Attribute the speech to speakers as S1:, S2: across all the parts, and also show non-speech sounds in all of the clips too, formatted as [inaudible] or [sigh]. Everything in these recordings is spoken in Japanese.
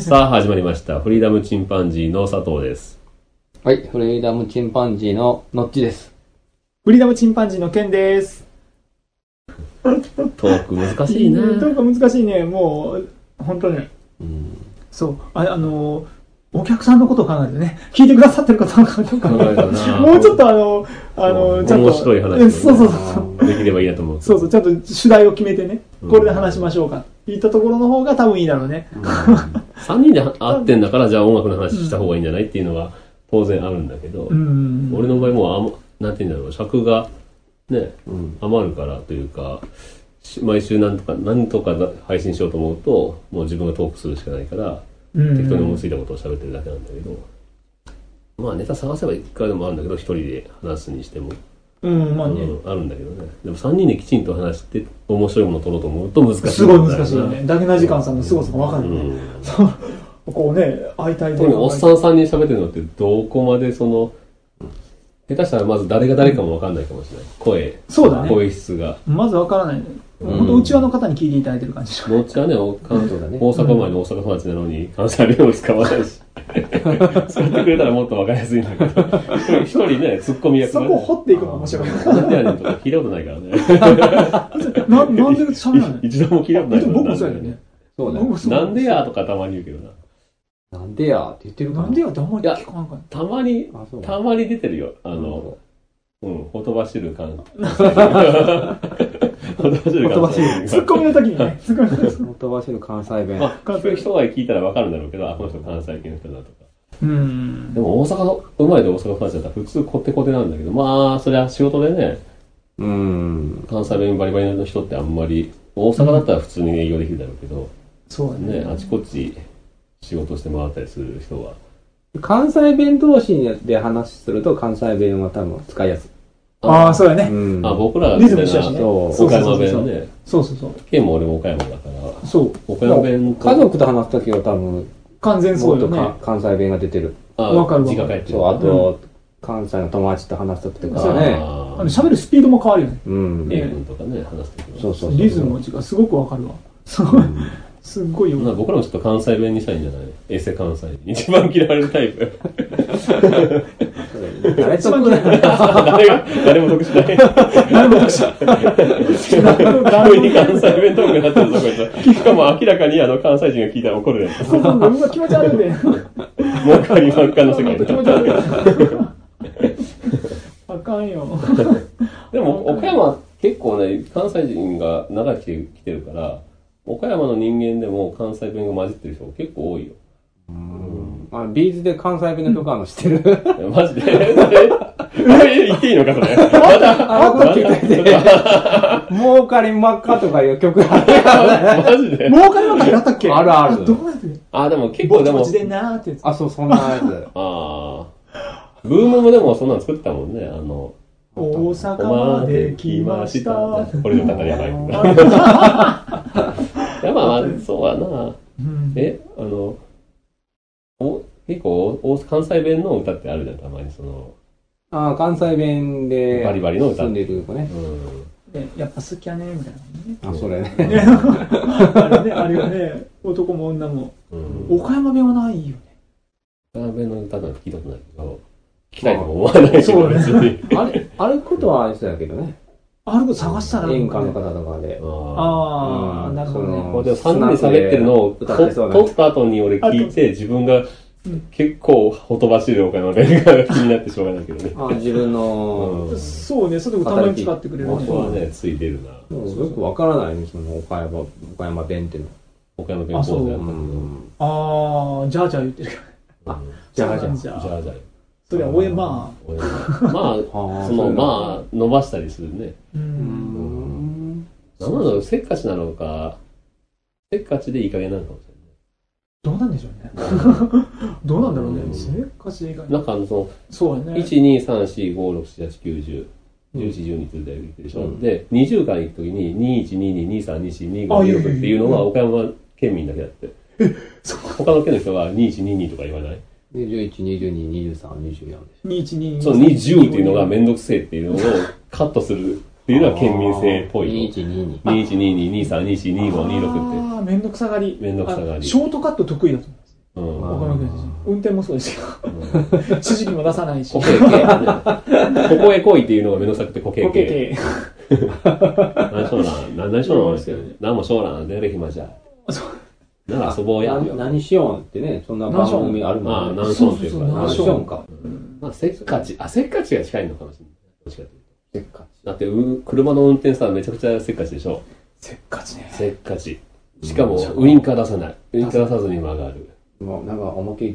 S1: さあ、始まりました。フリーダムチンパンジーの佐藤です。
S2: はい、フレイダムチンパンジーのノッチです。
S3: フリーダムチンパンジーのケンです。
S1: トーク難しいな
S3: うんとにかく難しいね。もう、本当に。
S1: うん。
S3: そう。ああのー、お客さんのことを考えてね、聞いてくださってる方のことを考
S1: 考え
S3: え
S1: たな
S3: て、もうちょっとあの、あ
S1: う
S3: の、
S1: ん
S3: ちゃんと。
S1: 面白い話をね
S3: うんそうそうそう。
S1: できればいいなと思う。
S3: そうそう、ちゃんと主題を決めてね、
S1: うん
S3: これで話しましょうかって言ったところの方が多分いいだろうね。
S1: 3人で会ってんだから、じゃあ音楽の話した方がいいんじゃないっていうのは当然あるんだけど
S3: う、ん。
S1: 俺の場合もうあんま、なんて言うんだろう、尺がね、
S2: うん。
S1: 余るからというか、し毎週なんとか、なんとか配信しようと思うと、もう自分がトークするしかないから、
S3: うん
S1: 適当に思いついたことを喋ってるだけなんだけど、まあネタ探せばいくらでもあるんだけど、一人で話すにしても。
S3: うん、まあね。
S1: うん、あるんだけどねでも3人できちんと話して面白いものを取ろうと思うと難しい
S3: すごい難しいよね。だけな時間さんの凄さがわか
S1: う
S3: るね。
S1: ん
S3: こうね、相対
S1: 特におっさん3人喋ってるのってどこまでその下手したらまず誰が誰かも分かんないかもしれない声
S3: そうだね
S1: 声質が
S3: まずわからない。
S1: ん
S3: 本当、うちわの方に聞いていただいてる感じ。
S1: どっちはねお関東
S2: だね
S1: 大阪生まれの大阪育ちなのに関西弁を使わないし使ってくれたらもっと分かりやすいんだけど一人ねツッコミ役
S3: そ
S1: が
S3: こを
S1: ね
S3: 掘っていくのが面白い。
S1: なんでやねんとか聞いたことないからね
S3: ななんで喋らない
S1: [laughs] 一度も聞いたことな
S3: で
S1: いから
S3: も僕もそうやね。
S2: そうだ
S3: 僕
S2: よ。
S3: もそう
S1: なんでやとかたまに言うけどな。
S2: なんでやって言ってるか
S3: なんでやってあんまり聞かないか
S1: たまに、
S2: あ、そう。
S1: たまに出てるよ。あの、うん、ほとばしる [laughs] 感。ほとばしる
S3: ら。
S1: 感。
S3: ばしい。ツッコミの時にね。ツッコミの時に。
S2: 元橋の関西弁。
S1: まあ、聞く人は聞いたらわかるんだろうけど、あ、この人関西系の人だとか。
S3: うん
S1: で。も大阪の、生まれて大阪育ちだったら普通コテコテなんだけど、まあ、そりゃ仕事でね、
S2: うーん。
S1: 関西弁バリバリの人ってあんまり、大阪だったら普通に営業できるだろうけど、
S3: そうだ
S1: ね、あ
S3: ね。
S1: ちこち仕事して回ったりする人は。
S2: 関西弁同士で話すると関西弁は多分使いやすい。
S3: ああ、そうや
S2: う
S3: ね。
S2: ん。
S1: あ、僕らが
S3: リズム一緒だしね。
S2: そう
S3: そう
S1: 岡
S3: そ
S1: 山
S3: うそうそ
S1: 弁
S3: う。
S1: ね。
S3: そうそうそう。
S1: 県も俺も岡山だから。
S3: そう。
S1: 岡山弁と
S2: 家族と話すときは多分、
S3: 完全そ
S2: もっ
S3: うよ
S2: とか、
S3: ね。
S2: 関西弁が出てる。
S1: あ
S3: わかるわかる
S1: 実家帰ってる
S2: そう、あと、関西の友達と話すときと
S1: あ
S2: か
S1: ー
S3: そう
S2: ね。
S3: あの喋るスピードも変わるよね。
S2: うん。
S1: A 君とかね、話すとき
S2: そうそうそう。
S3: リズムの違う。すごくわかるわ。そうう。
S2: ん。
S3: すっごいよ。
S1: 僕らもちょっと関西弁にしたいんじゃない衛星関西に。一番嫌われるタイプ。 [laughs]
S2: そうだよね誰
S3: 一
S2: と
S3: 番
S2: 比べ
S3: 嫌いな。
S1: 誰が、誰も得しない。
S3: なるほど。
S1: 急に関西弁トークになってるぞ、こいつ。しかも明らかにあの関西人が聞いたら怒るや
S3: そ
S1: つ。
S3: うそうそううわ気持ち悪い [laughs] ね。
S1: もうかり真っ赤の世界
S3: [laughs] 気持ち
S1: だ。
S3: 悪い。あかんよ。
S1: でも、岡山結構ね、関西人が長く来て来てるから、岡山の人間でも関西弁が混じってる人結構
S3: [laughs]
S1: 多いよ。
S2: あ、ビーズで関西弁の曲あるの知ってる
S1: マジでえ言っていいのか、
S3: [laughs]
S1: それ。まだ、
S2: あの曲聞いてて、儲かり真っ赤とかいう曲がある。
S1: マジで。
S3: 儲かりまかったっけ
S2: あるある
S3: どこやって
S1: あ、でも結
S3: ぼ
S1: 構で
S3: ちぼ
S1: も
S3: ち、でなーってやつ。
S2: あ、そう、そんなや
S1: [laughs]
S2: つ。
S1: ああ。ブームもでもそんなの作ってたもんね。あの、
S3: 大阪まで来ました。
S1: これで歌ったらやばい。いやまあまあ、そうやな。
S3: うん
S1: え、あの、お結構お関西弁の歌ってあるじゃん、たまにその。
S2: あー関西弁で
S1: バリバリの歌
S2: 住んでいる子ね。
S1: うん。
S3: えやっぱ好きやねみたいな
S2: あ、それね。
S3: ね。あれね、あれはね、男も女も。 [laughs]
S1: うん。
S3: 岡山弁はないよね。
S1: 関西弁の歌なんて聞いたことないけど、聞きたいとも思わないけど、
S3: そうね
S1: 別に。
S2: あれ、あれことはあれだけどね。
S3: あること探したら
S2: 演歌の方とかで。
S1: ああ。
S3: ああ、なるほどね。
S1: まあでも3人で喋ってるのをと
S2: 歌ってそうな
S1: 撮った後に俺聞いて、自分が
S3: うん
S1: 結構ほとばしるお金の弁が気になってしょうがないけどね。
S2: あー自分の、
S1: うん
S3: そうね、それでもたまに使ってくれる
S1: こ
S3: ね。
S1: こはね、ついてるな。
S2: もうよくわからないね、その岡山、岡山弁っていうの。
S1: 岡山弁講座やったけど。
S2: う
S1: うん
S2: ん。
S3: ああ、じゃあじゃあ言ってるけど。
S2: じゃあじゃあ。
S3: じゃ
S1: じ
S3: あ。
S1: ゃあじゃあ。
S3: それは俺まあ。
S1: 俺はまあ、
S2: あー
S1: その、まあ、伸ばしたりするね。
S3: う。
S2: あうんん。
S1: なんだろう、せっかちなのか、せっかちでいい加減なのかもし
S3: どうなんでしょうね。 [laughs] どうなんだろうね。せっかちでいか
S1: れな。
S3: ない
S1: なん
S3: い。
S1: かあの、そ
S3: そうや
S1: の、
S3: ね。
S1: 1、2、3、4、5、6、7、8、9、10。11、12って出てくるでしょ。で、20から行くときに、212223242526っていうのは岡山県民だけだって。他の県の人は2122とか言わない
S2: 21、22、23、24でしょ。
S3: 2122。
S1: その20っていうのがめんどくせえっていうのをカットするっていうのは県民性っぽいよ。
S2: 2122。
S1: 212223242526って。
S3: ああ、めんどくさがり。
S1: めんどくさがり
S3: あショートカット得意だと思います。
S1: う
S2: あ
S1: ん。
S2: ー
S3: 岡村君たち運転もそうです
S1: [laughs]
S3: けど、指示器も出さないし。
S1: ここへ来い。ここへ来いっていうのがめんどくさくて、こけへ
S3: こけ
S1: け。
S3: て。
S1: 何しょうらん。何しょうらんですよね。何もしょうらん。出る暇じゃ。
S3: そう
S1: なら遊ぼうや。
S2: な何しようんってね、そんな番組ある
S1: まあ、
S2: もんね。
S1: 何しょうっていう
S3: そ
S1: か。
S3: うそうそう
S2: 何しようんか。
S1: まあ、せっかち。あ、せっかちが近いのかもしれない。どっちかという
S2: せっか
S1: とだって、う車の運転さ、めちゃくちゃせっかちでしょ。
S3: せっかちね。
S1: せっかち。しかも、ウインカー出さない。ウインカー出さずに曲がる。
S2: ち。もうなんか、おまけ、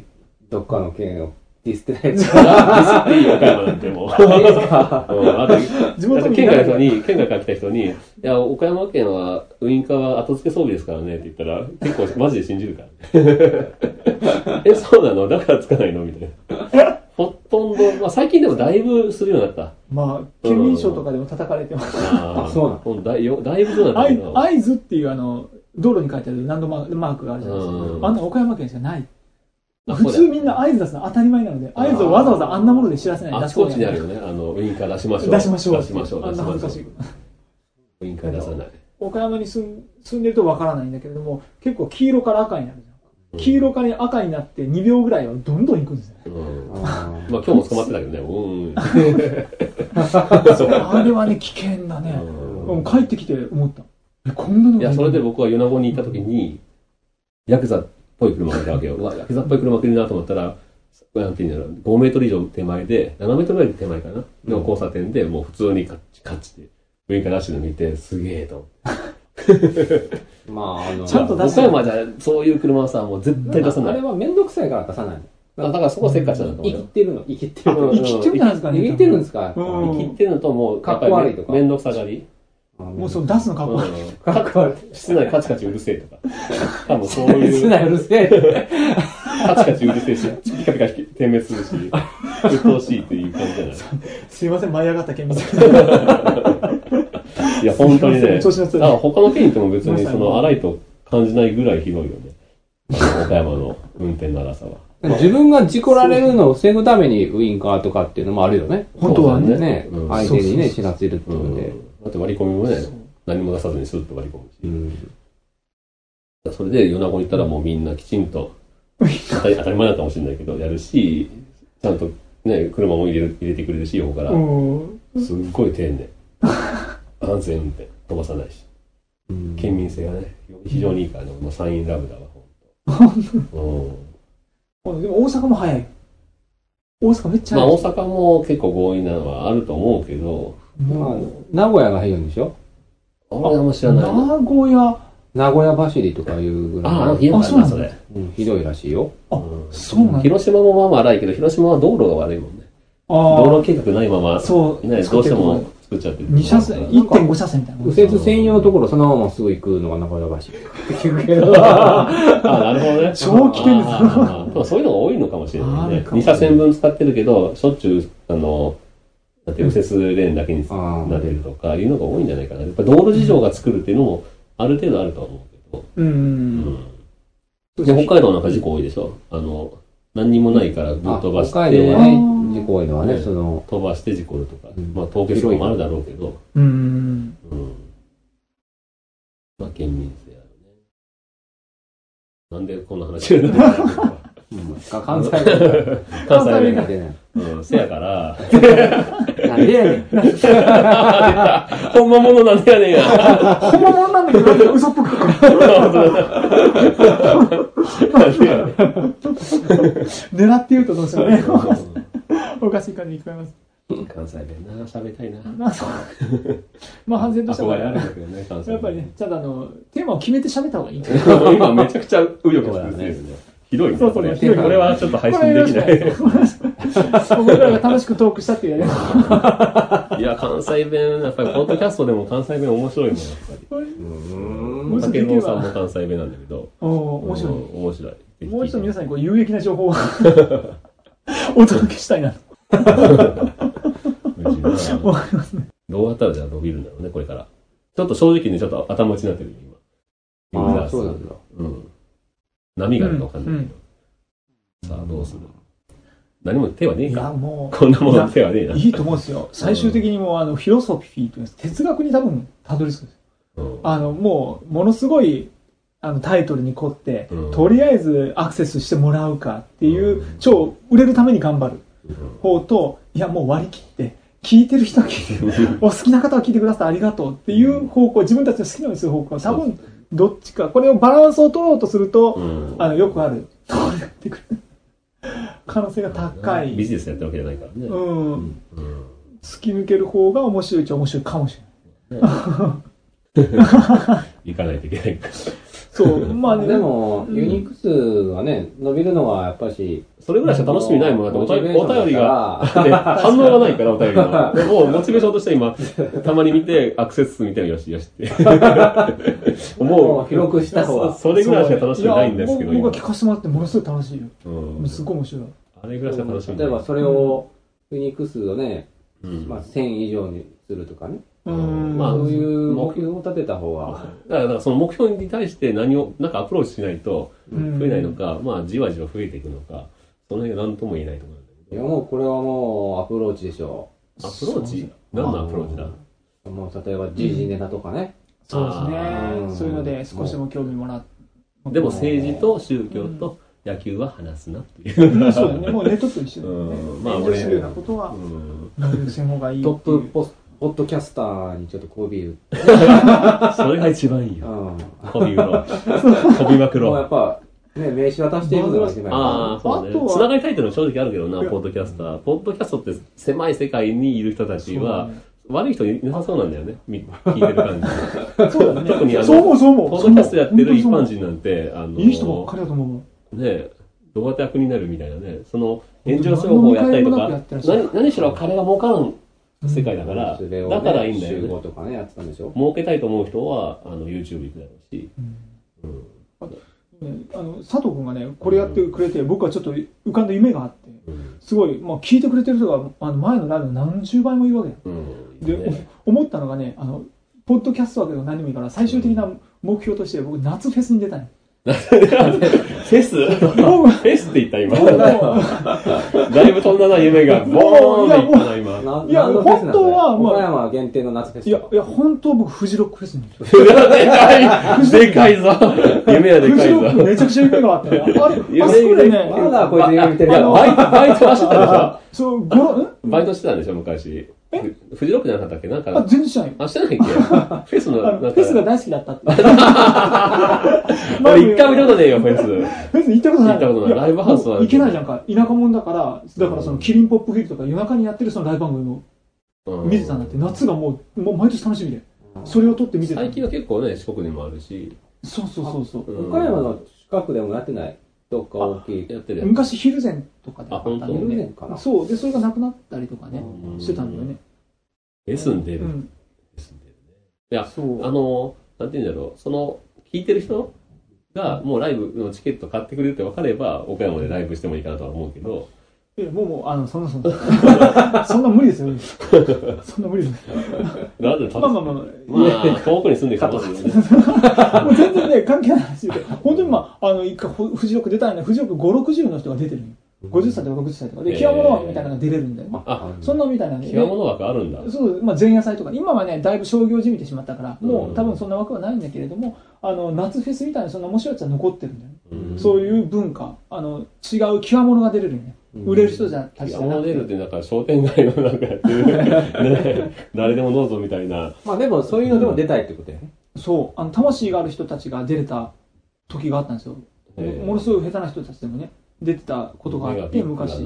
S2: どっかの県をディスってないやつ。
S1: いいよ、岡山なんてもう。うんあと、
S3: 地元
S1: あと
S3: 民
S1: 県外の人に、県外から来た人に、いや、岡山県はウインカーは後付け装備ですからねって言ったら、結構マジで信じるからね。え、そうなのだからつかないのみたいな。ほとんど、まあ最近でもだいぶするようになった。
S3: まあ、県民賞とかでも叩かれてます。
S1: あ
S2: あそうなの
S1: のだいよだいぶそうだった
S3: あ
S1: け
S3: い
S1: ど。
S3: 合図っていうあの、道路に書いてあるランドマークがあるじゃないです
S1: うん
S3: か。あんな岡山県しかない。
S1: あ
S3: 普通みんな合図出すの当たり前なので、合図をわざわざあんなもので知らせない。
S1: あちこちにあるよね。あの、ウインカー出しましょう。
S3: 出しましょう。
S1: 出しましょう。
S3: あん
S1: 出
S3: な
S1: し
S3: 恥
S1: ま
S3: ずかし
S1: しょ。。
S3: いう
S1: ウインカー出さない。
S3: 岡山に住ん住んでるとわからないんだけれども、結構黄色から赤になるじゃん。黄色から赤になって2秒ぐらいはどんどん行くんですよ。
S1: うん。まあ
S2: あ
S1: 今日も捕まってたけどね。うん。
S3: あれはね、危険だね。
S1: うん
S3: うん、帰ってきて思った。え、こんなの
S1: いや、それで僕は米子に行った時に、ヤクザっぽい車がいたわけよ。うわ、ヤクザっぽい車来るなと思ったら、なんていうんだろう、5メートル以上手前で、7メートルぐらい手前かな、の交差点で、もう普通にカッチカッチで、ウインカー出してるの見て、すげえと思って。
S2: ーまあ、あの、
S3: ちゃんと出
S1: 岡
S3: せない
S1: 山じゃ、そういう車はさ、もう絶対出さな
S2: あ
S1: い。
S2: れ
S1: あ
S2: はめんどくさいから出さない
S1: だからそこせっかちなんだと
S2: の。
S1: 思う
S2: 生
S1: よ
S2: き。てるの、生きてるの。
S1: うん
S3: 生きてるじゃないですかね。
S2: 生きてるんですか
S3: うん
S1: 生きてるのともう、
S2: かっこ悪いとか
S1: めんどくさがり。
S3: もうその出すのかっこ悪い。
S1: うん
S2: かっこ悪い。
S1: 室内カチカチうるせえとか。多分そういう。
S2: 室内うるせえ。
S1: カチカチうるせえし、ピカピカ点滅するし、鬱陶しいっていう感じじゃない
S3: すいません、舞い上がった件みたいな。
S1: いや、 [laughs] 本当にね、
S3: 調子乗って
S1: だ
S3: た
S1: から他の県行っても別
S3: ごめん
S1: に
S3: な
S1: そ
S3: さい
S1: の荒いと感じないぐらいひどいよね。岡山の運転の荒さは。
S2: 自分が事故られるのを防ぐためにウインカーとかっていうのもあるよね。
S3: 本当は
S1: そうだ
S3: ね。
S2: ね
S1: うん、
S2: 相手にね、
S3: そ
S2: 知らせるって
S1: う
S2: いうん
S1: ん
S2: で。
S1: だって割り込みもね
S3: そう、
S1: 何も出さずにスッと割り込むし。
S2: うん
S1: それで米子に行ったらもうみんなきちんと、当たり当たり前だったかもしれないけど、やるし、ちゃんとね、車も入れる入れてくれるし、横から。
S3: うん。
S1: すっごい丁寧。安全運転、飛ばさないし。県民性がね、非常にいいからね、もうサインラブだわ、本
S3: でも大阪も早い。大阪めっちゃ
S1: 当。まあ
S3: 早い。
S1: 大阪も結構強引なのはあると思うけど、
S2: まあ
S3: もう、
S2: 名古屋が入るんでしょ
S1: あんまりあんま知らないな。
S3: 名古屋、
S2: 名古屋走りとかいうぐらい。
S1: ああ、広
S3: あそう
S1: 島
S3: なんだ
S1: それ。
S2: うんひどいらしいよ。
S1: うん
S3: そうなんだ。
S1: 広島もまあまあ荒いけど、広島は道路が悪いもんね。
S3: あ
S1: 道路計画ないまま、
S3: あ、そう。
S1: ね、どうしても作っちゃってる。
S3: 2車線、
S1: うん
S3: 1.5車線みたいなもん
S2: 右折専用のところそのまますぐ行くのが名古屋走り。 [laughs] 言うけど。
S1: あなるほど
S3: [laughs]
S1: ね。
S3: 超危険です
S1: あーあーあーでもそういうのが多いのかもしれない
S3: あ
S1: ね
S3: る。かも
S1: 2車線分使ってるけど、しょっちゅう、あの、だって右折レーンだけに
S2: あ
S1: なれるとかいうのが多いんじゃないかな。やっぱ道路事情が作るっていうのもある程度あるとは思うけど。
S3: う
S1: うん
S3: ん。
S1: で北海道なんか事故多いでしょあの、何にもないからぶっ飛ばし
S2: あ北海
S1: て
S2: 道、はね、
S3: あー
S2: 事故多いのは
S1: う
S2: ね、
S1: ん
S2: その、
S1: 飛ばして事故るとか
S2: う、ん
S1: まあ凍結とかもあるだろうけど、
S3: うん。
S1: うん。まあ県民性あるね。なんでこんな話になってるのか
S2: か関西弁
S1: 関西弁
S2: が
S1: が。
S2: 出ない。
S1: うん、せやから、
S2: [laughs] なんでやねん。
S1: ほんまものなんでやねん
S2: [laughs]
S1: や。
S3: 本物なんだけど、なんか嘘っぽく書くから
S1: な
S2: [laughs]
S1: んでやねん
S3: 狙って言うとどうしてもね、おかしい感じに聞こえます。
S1: 関西弁な、喋りたいな。
S3: まあ、そう。まあ、反省として
S1: 憧
S3: は、
S1: れあるん
S3: や
S1: だけどね、関西弁。
S3: っぱりね、ちゃんとあの、テーマを決めて喋った方がいい。こ
S1: 今めちゃくちゃ右翼
S2: そうだ
S1: ですね
S2: ね。
S1: ひどいね。
S3: そうそう
S1: これ
S3: ひどい
S1: これはちょっと配信
S3: れ
S1: で
S3: よ
S1: き
S3: しく
S1: ない。
S3: 僕らが楽しくトークしたっていうね。
S1: いや、関西弁、やっぱりポッドキャストでも関西弁面白いもん、やっぱり。
S3: もうちょっと
S1: 竹
S3: 聞け
S1: 野さんも
S3: ば、
S1: 関西弁なんだけど。
S3: おお面白い
S1: うん。面白い。
S3: もう一度皆
S1: さ
S3: さんにこう有益な情報をお届けしたいなと
S1: ん。
S3: 思いますね。
S1: どうやったらじゃあ伸びるんだろうね、これから。ちょっと正直ね、ちょっと頭打ちになってる、今。ユー
S2: あ
S1: ザ
S2: あ、
S1: ー数
S2: そうなんだ。
S1: うん。波があるかわかんないけど。さあ、どうする何も手はねえ
S3: いや、
S1: か。
S3: もう。
S1: こんなもの手はねえな。
S3: いいと思うんですよ。最終的にもう、あの、フィロソフィーというんです哲学に多分、たどり着くんですよ。
S1: うん
S3: あの、もう、ものすごい、あの、タイトルに凝って、
S1: うん
S3: とりあえずアクセスしてもらうかっていう、
S1: うん
S3: 超売れるために頑張る
S1: うん
S3: 方と、いや、もう割り切って、聞いてる人は聞いてる。お好きな方は聞いてください、ありがとうっていう方向、自分たちの好きなようにする方向、多分、どっちか、これをバランスを取ろうとすると、
S1: うん
S3: あの、よくある、 [laughs] 通りがってくる。可能性が高い。
S1: ビジネスやってるわけじゃないからね。
S3: う。
S1: うんんうん
S3: 突き抜ける方が面白いっちゃ面白いかもしれない。
S1: 行かないといけないから。
S3: [laughs] そう。まあね、
S2: でも、
S3: うん
S2: ユニーク数がね、伸びるのはやっぱし、
S1: それぐらいしか楽しみないもんだって、お
S2: モチベ
S1: 便
S2: ー
S1: り
S2: シ
S1: お
S2: ョンだから
S1: 便りが、ね反応がないから、お便りが。でもう、モチベーションとして今、たまに見て、アクセス数見て、よしよしって。思
S2: も
S1: う
S2: う。広くした方が
S1: そ。それぐらいしか楽しみないんですけど、
S3: いや
S1: 今
S3: 僕僕。は聞かせてもらってものすごい楽しいよ。
S1: うん
S3: すごい面白い。
S1: あれぐらいしか楽しみな
S2: 例え
S1: い。
S2: ばそれを、ユニーク数をね、
S1: うん
S2: まあ、1000以上にするとかね。
S1: うんまあ
S2: そういう
S1: まあ
S2: 目標を立てた方が。
S1: だから、その目標に対して何を、なんかアプローチしないと、増えないのか、まあ、じわじわ増えていくのか、その辺が何とも言えないところなんだ
S2: いや、もうこれはもうアプローチでしょ
S1: けど。アプローチ何のアプローチだ
S2: う。もう例えば時事ネタとかね。
S3: そうです
S1: あ
S2: ー
S3: ね。そういうので少しでも興味もらって。
S1: でも政治と宗教と野球は話すなっていう。
S3: うんそうだね。もうネットと一緒だよね
S1: う。んまあ
S3: まあ、
S1: 俺
S3: するようなことは、
S1: うん
S3: なるせん方がいいってい
S2: トッ
S3: う。
S2: プポスポッドキャスターにちょっと媚びる。
S1: それが一番いいよ
S3: [laughs]
S2: う。ん。
S1: 飛びうろ。飛びまく
S2: もうや
S1: ろ
S2: っ。ぱ、ね、名刺渡しているのが一番いい
S1: ああ、そう
S3: あ
S1: だ
S3: と
S1: ね。
S3: は
S1: つながりたいっていうのは正直あるけど
S3: い
S1: な、
S3: や
S1: ポッドキャスター。ポッドキャストって狭い世界にいる人たちは、悪い人いなさそうなんだよね。
S3: [laughs]
S1: み聞いてる感じ。
S3: そうだね。
S1: 特にあの
S3: そう思う、そう思う。
S1: ポッドキャストやってる一
S3: そう思
S1: 般
S3: う
S1: 人なんて、あの、
S3: いい人ばっかりだと思う。
S1: ねどうやって役になるみたいなね。その、炎上商法やったり
S3: 何の見返り
S1: とか
S3: もなくやってらっ、しゃる
S1: 何何しろ金が儲からん世界だから、
S2: それを
S1: だからいいんだよ
S2: 集
S1: ね。
S2: 合とかね、やってたんでしょ。
S1: 儲けたいと思う人は、あの、YouTube 行くだろうし。
S3: うん
S1: うん
S3: ねあの佐藤君がね、これやってくれて、僕はちょっと浮かんだ夢があって、
S1: うん
S3: すごい、まあ、聞いてくれてる人があの前のライブの何十倍もいるわけよ
S1: うん。
S3: で、
S1: ね
S3: お思ったのがね、あのポッドキャストだけど何でもいいから、最終的な目標として、僕、夏フェスに出たい。
S1: [laughs] フェスフェスって言った今。
S3: も
S1: だいぶ飛んだな、夢が。ボーンっていったな、今。
S2: ない
S3: や
S2: 何のフェスな
S3: 本
S2: んだよ
S3: 当はまあ
S2: 岡山限定の夏
S3: う
S2: フェ
S3: い
S2: ス
S3: や、いや、本当、僕、フジロックフェスに出る。
S1: [laughs] でかいでかいぞ夢はで
S3: フ
S1: か
S3: ジ
S1: い
S3: ロック、
S1: ぞ
S3: めちゃくちゃ夢があったよ。あれ、
S1: 夢
S3: あそこでね、
S2: まだこいつ夢見てる
S1: い
S2: や
S1: や、
S2: ろ。
S1: バイト、バイトはしてたでしょ
S3: そう、ごろ、ん
S1: バイトしてたんでしょ、昔。
S3: え
S1: ふフジロックじゃなかったっけなん
S3: あ
S1: か、
S3: 全然しないよ。
S1: あ、してないっけフェスの、
S3: あ
S1: な
S3: の
S1: ん
S3: フェスが
S1: か、
S3: 大好きだったって。
S1: [laughs] 俺一回も行ったことねえよ、フェス。
S3: フェス行ったことない。
S1: 行ったことないライブハウスは
S3: もう行けないじゃんか。田舎者だから、だからそのキリンポップフィールとか夜中にやってるそのライブ番組も
S1: うん
S3: 見てたんだって、夏がもう、もう毎年楽しみで。それを撮って見てた。
S1: 最近は結構ね、四国にもあるし。
S3: そうそうそうそう。
S1: うん
S2: 岡山の近くでもやってない。どっか大きい。
S1: やってるやん。
S3: 昔ヒルゼンとかで
S1: あ本当
S3: ったんだよ
S2: ヒルゼンかな
S3: そう。で、それがなくなったりとかね、
S1: うん
S3: してたんだよね。
S1: フェスに出
S3: う
S1: る。フ
S3: ん。
S1: ェスに出るね。いや、
S3: そう。
S1: あの、なんて言うんだろう、その、聞いてる人が、もうライブのチケット買ってくれるって分かれば、岡山でライブしてもいいかなとは思うけど、
S3: いやもうもう、あの、そんなそんな。そんな無 [laughs] 理ですよ。そんな無理
S1: [laughs]
S3: ですよ。
S1: なんで、
S3: まあまあまあま
S1: まあ、遠くに住んでる人もいるよね。 [laughs]
S3: あ、もう全然ね、関係ない話で。本当にまあ、あの、一回、フジロック出たいな、フジロック5、60の人が出てるのよ。50歳とか60歳とかで、
S1: へー
S3: 極物枠みたいなのが出れるんだよ。ま
S1: あ
S3: あ、そんなみたいなね。
S1: 極物枠あるんだ。
S3: そう、まあ、前夜祭とか、今はね、だいぶ商業じみてしまったから、も
S1: うん
S3: う多分そんな枠はないんだけれども、あの、夏フェスみたいなそんな面白いやつは残ってるんだよね。
S1: うん
S3: そういう文化、あの、違う極物が出れるよね。売れる人じゃ、たちじゃ
S1: 極
S3: な
S1: 物
S3: く
S1: 出
S3: て
S1: るって、なんか商店街のなんかやってる、ね、誰でもどうぞみたいな。
S2: まあでも、そういうのでも出たいってことやね。
S3: そう、あの、魂がある人たちが出れた時があったんですよ。
S1: へー
S3: ものすごい下手な人たちでもね、出てたことがあって、昔。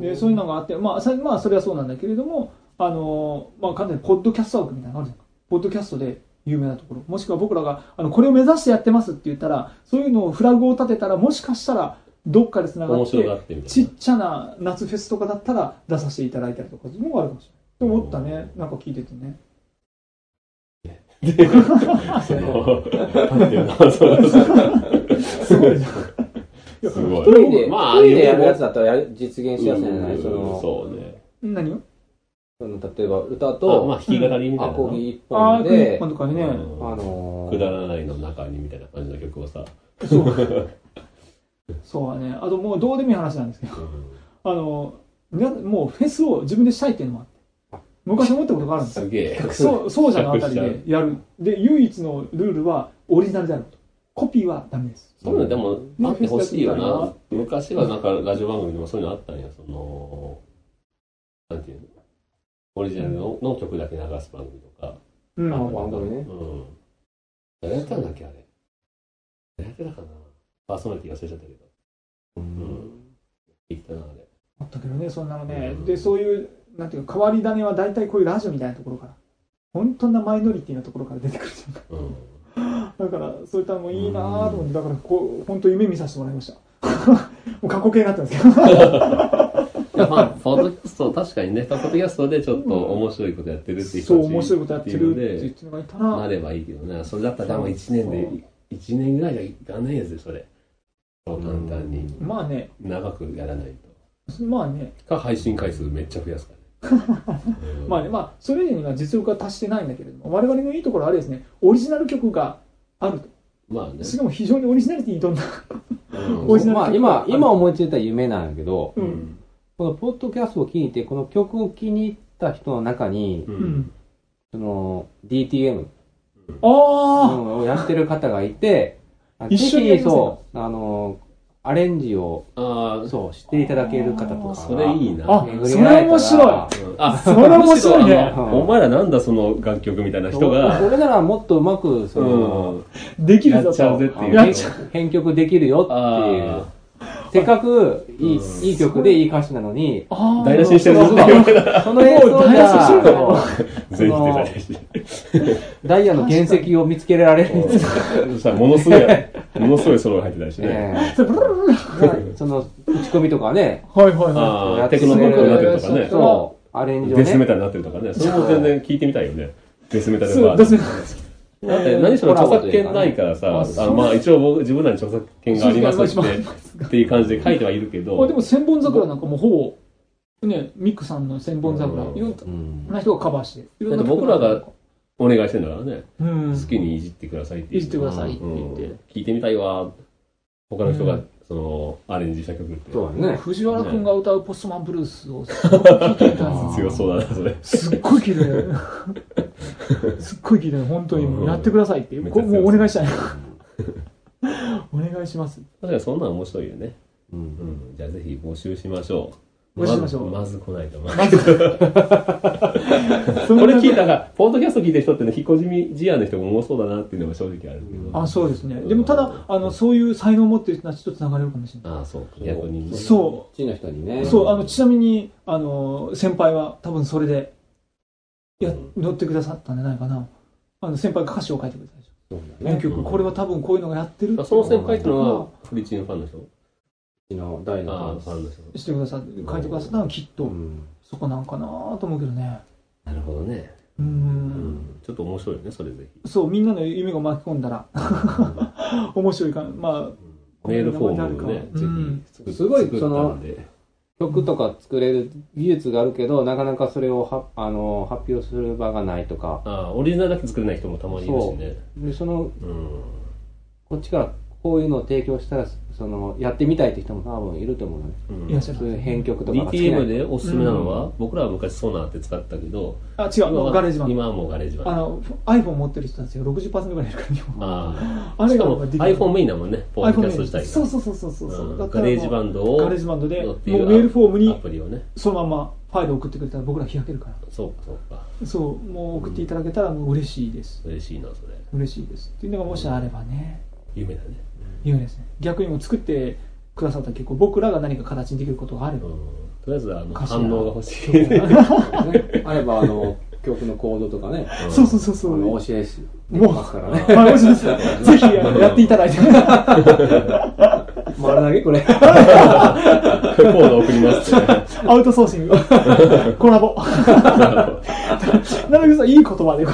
S3: でそういうのがあって、まあさまあ、それはそうなんだけれども、あのーまあ、完全にポッドキャスト枠みたいなのがあるじゃんかポッドキャストで有名なところ、もしくは僕らがあのこれを目指してやってますって言ったら、そういうのをフラグを立てたら、もしかしたらどっかでつなが
S1: 面
S3: っ
S1: 白が
S3: て、
S1: ってみた
S3: ち
S1: い
S3: っちゃな夏フェスとかだったら出させていただいたりとか、そういうのがあるかもしれない。と思ったね、なんか聞いててね。
S1: な。その立ってるなそうそうそう
S3: すごいじゃん。
S1: すごい。
S2: 一人で、一
S1: まあ
S2: 人でやるやつだったらやる実現しやすいんじゃないそ
S1: うん
S2: の、
S1: そうね。
S3: 何を
S2: その例えば歌
S1: と、まあ、
S2: と、
S1: 弾き語りみたい
S2: ア
S1: な。
S2: コギ一
S3: ああ、
S2: 本
S3: クリ
S2: で
S3: ッパ、ンとかにね、
S1: うん
S2: あのー、
S1: くだらないの中にみたいな感じの曲をさ、
S3: そう。そうはね、あともうどうでもいい話なんですけど、ああの、皆もうフェスを自分でしたいっていうのもあって、昔思ったことがあるんですよ。
S1: すげえ。
S3: そう、そうじゃのあたりでやる。で、唯一のルールはオリジナルであること。コピーはダメです。
S1: そういうのでもあってほしいよ
S3: ねフェスだ
S1: な
S3: っ。
S1: 昔はなんかラジオ番組でもそういうのあったんや。その、なんていうのオリジナルのの曲だけ流す番組とか。
S3: うん。
S2: あ番組ね
S1: うん。誰やったんだっけ、あれ。誰やってたかな。パーソナリティ忘れちゃったけど。うん。言ったな、あれ。
S3: あったけどね、そんなのね
S1: う。ん
S3: で、そういう、なんていうか、変わり種は大体こういうラジオみたいなところから、本当なマイノリティなところから出てくるじゃん [laughs] か。
S1: うん。
S3: だから、そういったのもいいなぁと思って、だから、こう、本当夢見させてもらいました。 [laughs] もう過去形になったんですけど。
S1: いやまあ、ポッドキャスト、確かにね、ポッドキャストでちょっと面白いことやってるっていう人
S3: そう、
S1: たち
S3: 面白いことやってるって
S1: ってい
S3: 言っ
S1: う
S3: てのがいた
S1: ので、な
S3: ら、
S1: ればいいけどね、それだったら多分1年で、1年ぐらいじゃいかないやつで、それ。そう簡単に。
S3: まあね、
S1: 長くやらない
S3: まあね、
S1: と。か、配信回数めっちゃ増やす [laughs] からね。うん
S3: まあね、まあ、それ以外には実力は達してないんだけれども、我々のいいところはあれですね、オリジナル曲があると。
S1: まあね。
S3: しかも非常にオリジナリティに富んだ。
S1: うん
S3: オリジナル
S2: まあ、今、今思いついた夢なんやけど、
S3: う。
S1: うんん。
S2: このポッドキャストを聞いて、この曲を気に入った人の中に、
S1: う。
S3: うんん。
S2: その、DTM
S3: あ
S2: をやってる方がいて、あ
S3: [laughs] 一緒にやり
S2: ぜひ
S3: ませんか
S2: そう、あの、アレンジを、
S1: ああ、
S2: そう、していただける方とかが。
S1: それいいな。
S3: あ
S2: 巡り会えたら
S3: それ面白
S1: うんあ、
S3: それ面白いね
S1: あのお前らなんだその楽曲みたいな人が、
S2: 俺ならもっとうまく、その、
S1: うん。
S3: あ、できるぞ
S1: やっちゃうぜっ
S3: と。
S1: ていう
S3: やっちゃう。
S2: 編曲できるよっていう
S1: あ。
S2: せっかく、いい
S1: うん、
S2: いい曲でいい歌詞なのに、
S3: あ
S1: あ、
S3: ー
S1: 台無しにしてるぞっ
S3: そ
S1: て
S3: う
S1: 言われた
S2: その演奏
S3: も
S2: じ
S3: う台無しにしてるから
S2: ゃ、
S1: [laughs] 全否定されてして。
S2: ダイヤの原石を見つけられる。
S1: そしたらものすごい、ものすごいソロが入ってたりしてね。
S2: え
S3: そうブルルルル
S2: えがその、打ち込みとかね、
S3: はいはいは
S1: ああ、テクノポップになってるとかね。
S2: そう、アレンジを
S1: デスメ
S2: ね、
S1: タルになってるとかね。それも全然聞いてみたいよね。デスメタ
S3: い。
S1: ル
S3: そ
S1: バ
S3: う、
S1: ー
S3: で
S1: ジ
S3: す
S1: ョ
S3: ね
S1: ン。。だって何しろ著作権ないから
S3: コラボ
S1: さ
S3: という、か
S1: あ
S3: ね
S1: のまあ一応僕自分らに著作権がありますって、っていう感じで書いてはいるけ
S3: あで
S1: ど、
S3: も、千本桜なんかもうほぼ、ね、ミックさんの千本桜、
S1: うん
S3: いろん
S2: うん
S3: な人がカバーして、いろんな
S1: だって僕らが、お願いしてんだからね。
S3: うん、
S1: 好きにいじってくださいって
S3: いじってくださいって言って
S1: うん聞いてみたいわ。他の人
S3: う
S1: が
S3: ん、
S1: その、アレンジした曲って。
S2: そうだね。
S3: 藤原君が歌うポストマンブルース
S1: [laughs]
S3: をすごく聴いてみたいな
S2: あ
S1: 強そうだな、それ。
S3: すっごい綺麗すっごい綺麗本当にもうやってくださいって
S1: うん
S3: これもうお願いしたいお願いします
S1: 確かにそんなん面白いよね。
S2: うん
S1: うん。じゃあぜひ募集しましょう。
S3: 募集しましょう
S1: ずまず来ないと。ま
S3: まず
S1: これ聞い
S3: た
S1: たら、ポッドキャスト聞いてる人ってね、引っ込み思案の人も多そうだなっていうのが正直あるけど。
S3: あそうですねでもただあのそういう才能を持ってる人たちとつながれるかもしれない
S1: ああ、そうか。逆に。
S3: そ
S2: 地の人にね。
S3: そうあのちなみにあの先輩は多分それでや
S1: うん
S3: 乗ってくださったんじゃないかなあの先輩が歌詞を書いてくれたでしょ
S2: そうだ
S3: 原
S2: ね。
S3: 曲これは多分こういうのがやってる
S1: あその先輩ってのは、フリチンファンの人
S2: うちの大
S1: ああ、
S2: の
S1: ファンの人。
S3: してくださって書いてくださったのはきっ
S2: う
S3: と
S2: ん
S3: そこなんかなと思うけどね
S1: なるほどね。
S3: う
S1: うんん。ちょっと面白いよね、それぜひ。
S3: そうみんなの夢が巻き込んだら面白いかま
S1: メールフォームをね、ぜ
S3: うん
S1: ひ作っ
S2: すごい
S1: 作ったんで。
S2: 曲とか作れる技術があるけど、なかなかそれをはあの発表する場がないとか、
S1: ああ、オリジナルだけ作れない人もたまにいるしね。
S2: でその
S1: うん。
S2: こっちからこういうのを提供したら、そのやってみたいって人も多分いると思うのね。
S1: うん
S3: あいらっしゃる
S2: そういう編曲とかが好きな
S1: DTM
S2: 人。
S1: でおすすめなのは、僕らは昔ソナーって使ったけど、
S3: あ違うもうガレージマン
S1: 今はもうガレージマ
S3: あ
S1: ン。
S3: の iPhone 持ってる人たちが60%ぐらいいるから日本
S1: あ
S3: あ
S1: あ。
S3: れ
S1: しか
S3: が
S1: も iPhone メインだもんね、ポッドキャスト自体が。
S3: そうそうそうそうそううんだから
S1: ガ
S3: もう
S1: レージバンドを、
S3: ガレージバンドで
S1: の
S3: も
S1: っ
S3: う
S1: てい
S3: メ
S1: う
S3: ールフォーム
S1: ア
S3: に
S1: プリをね。
S3: そのままファイル送ってくれたら僕ら開けるから
S1: そうか、そうか。
S3: そうもう送っていただけたらもう嬉しいです
S1: 嬉しいな、それ。
S3: 嬉しいですっていうのがもしあればね
S1: 夢だね。
S3: 夢ですね逆にもう作ってくださったら結構僕らが何か形にできることがあれ
S1: う
S3: ば
S1: ん。とりあえず、あの、
S3: かしら
S1: 反応が欲しい。
S2: ねあれば、あの、曲のコードとかね、
S3: そうそうそう
S2: あ
S3: そう
S2: の、教えし、でき
S3: [laughs] もう
S2: ますからね。
S3: はい、もしも [laughs] しぜひあのやっていただ [laughs] いて。
S2: 丸投げこれ。
S1: コード送りますってね。
S3: アウトソーシン [laughs] グ。コラボ。なるべくさ、いい言葉で、こ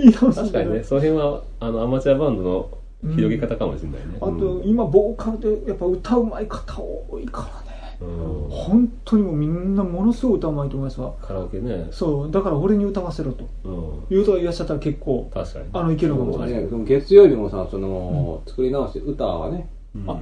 S3: う。いい話
S1: 確かにね、その辺は、あの、アマチュアバンドの広げ方かもしれないね。
S3: あと、今、ボーカルで、やっぱ歌うまい方多いからね。
S1: うん
S3: 本当にもうみんなものすごい歌うまいと思いますわ。
S1: カラオケね。
S3: そう、だから俺に歌わせろと。
S1: うん。
S3: 言うといらっしゃったら結構、
S1: 確かに。
S3: あの、いけるかもしれない。
S2: ね月曜日もさ、その、作り直して歌はね、
S1: うん
S3: あ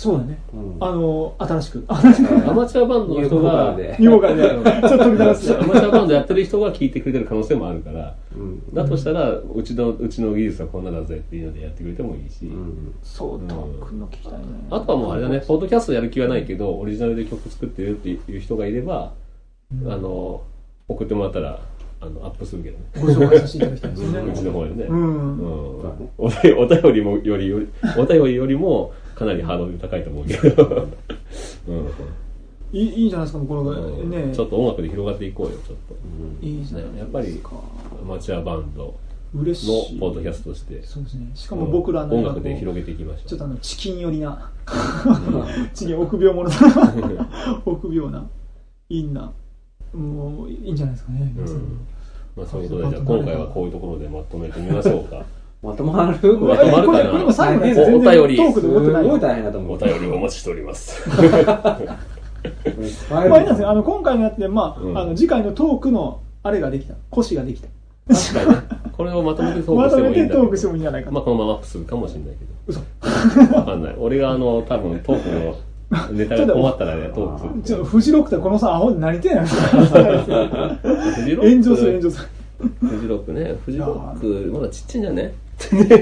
S3: そうだね。
S2: うん
S3: あの、新 [laughs] しく。新しく。
S1: アマチュアバンドの人が、
S2: ニューボーダーで
S3: ニューボーカルで。ちょっと取り出す。
S1: アマチュアバンドやってる人が聞いてくれてる可能性もあるから、
S2: うん
S1: だとしたら、うちの、うちの技術はこんなだぜっていうのでやってくれてもいいし、
S2: うん
S3: そう、トークの聞きたいね。
S1: あとはもうあれだね、ポッドキャストやる気はないけど、オリジナルで曲作ってるっていう人がいれば、あの、送ってもらったら、あの、アップするけどね。
S3: ご紹介させていただきたいです
S1: [laughs] うち
S3: ね。
S1: の方でね。
S3: うん。
S1: うん
S2: そうだね
S1: お便お便りもよりより、お便りよりもかなりハードル高いと思うけど、うん
S3: いいいいんじゃないですか、この
S1: うん
S3: ね。
S1: ちょっと音楽で広がっていこうよ、ちょっ
S3: いいじゃない
S1: と。やっぱ
S3: で
S1: り
S3: すか。、
S1: アマチュアバンド
S3: 嬉
S1: の
S3: しい。
S1: ポッドキャストとして、
S3: そうですね。しかも僕らのなん
S1: 音
S3: か
S1: 楽
S3: こ
S1: で
S3: う
S1: 広げていきまし
S3: ちょっ
S1: ょう。
S3: とあの、チキン寄りな。チキン、臆病者 [laughs] だ。臆病な。いいな。もう、いいんじゃないですかね。皆さん
S1: うんまあ、そういうことで、じゃあ今回はこういうところでまとめてみましょう
S3: [laughs]
S1: か。
S2: まとまる
S1: まとまる
S3: こ
S1: か
S3: れ
S1: な
S3: これも最後のやつ
S1: お
S3: 全然
S1: お便り
S3: トーク
S2: す
S3: で終わってない
S2: ご
S3: よ
S2: い大変だと思
S1: お
S2: う。
S1: 便りをお待ちしております。
S2: ま
S3: まあ、あれなんですよあの今回のやつで、まあ
S1: うん
S3: あの次回のトークのあれができた、腰ができた、
S1: 確かにね。これをまとめてトー
S3: ま
S1: クし
S3: と
S1: て
S3: め
S1: もいい
S3: て
S1: んだ
S3: トーク
S1: け
S3: しても
S1: ど
S3: いいんじゃないかな、
S1: まあ、このままアップするかもしれないけど。
S3: 嘘
S1: わかんない。俺があの、多分トークのネタが困ったらね、トーク
S3: ち
S1: す
S3: ょっ
S1: る
S3: と。フジロックってこのさ、アホになりてえ
S1: [laughs]
S3: な、
S1: フジロック
S3: 炎上する、炎上する、
S1: フジロックね。フジロック、まだちっちゃいんじゃ
S3: [laughs]
S1: ね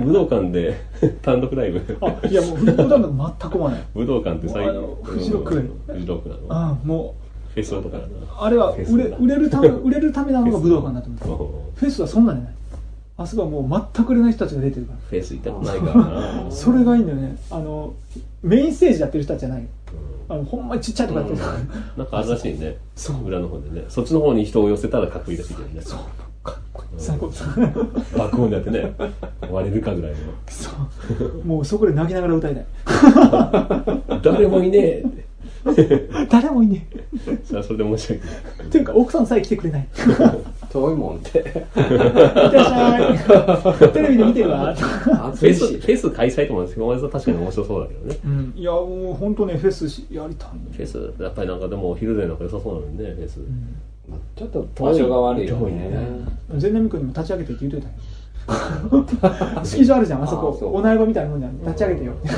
S1: 武道
S3: [laughs]
S1: 館で単独ライブ。
S3: あいや、もう、フジロックなんか全く思わ [laughs] ない、
S1: 武道館って最
S3: あのフジロック
S1: うんフジロックなの
S3: ああも
S1: フェスとかだな。
S3: う、あれは売れ売れるため売れるためなのが武道館だと思ってた
S1: そう
S3: フェスはそんなんじゃない、あそこはもう全く売れない人たちが出てるから、
S1: フェス行ったことないからな。
S3: それがいいんだよね、あのメインステージやってる人たちじゃない、
S1: うん
S3: あのほんまにちっちゃいとかやってるから、
S1: なんかあるらしいね。
S3: そう
S1: 裏の方でね。そっちの方に人を寄せたらかっこいいらしいけどね。
S3: そうかっこいい最高
S1: 爆音でやっ
S3: [laughs]
S1: てね。割れるかぐらいの。
S3: そう。もうそこで泣きながら歌いたい。 [laughs]
S1: 誰もいねえって。
S3: 誰もいね
S1: それはそれで申し訳ない。
S3: え。というか、奥さんさえ来てくれない。い
S2: 遠いもんって。
S3: ってらっしゃ [laughs] い。テレビで見てるわ。
S1: フ
S2: 暑
S1: ェ
S2: い
S1: ス、フ
S2: し。
S1: ェス開催と思うんですけど、お前さん確かに面白そうだけどね。
S3: うん、いや、もう本当ね、フェスしやりたいね。
S1: フェス、やっぱりなんかでも、お昼でなんか良さそうなのにね、フェス。
S2: まあちょっと場所が悪いよ
S1: 遠いね
S2: ね。
S3: 全然みくんにも立ち上げてって言うといた
S2: [laughs]
S3: よ。スキー場あるじゃん、あそ
S2: あそ
S3: こ。
S2: う
S3: お苗場みたいなもんじゃん。立ち上げてよ。
S1: な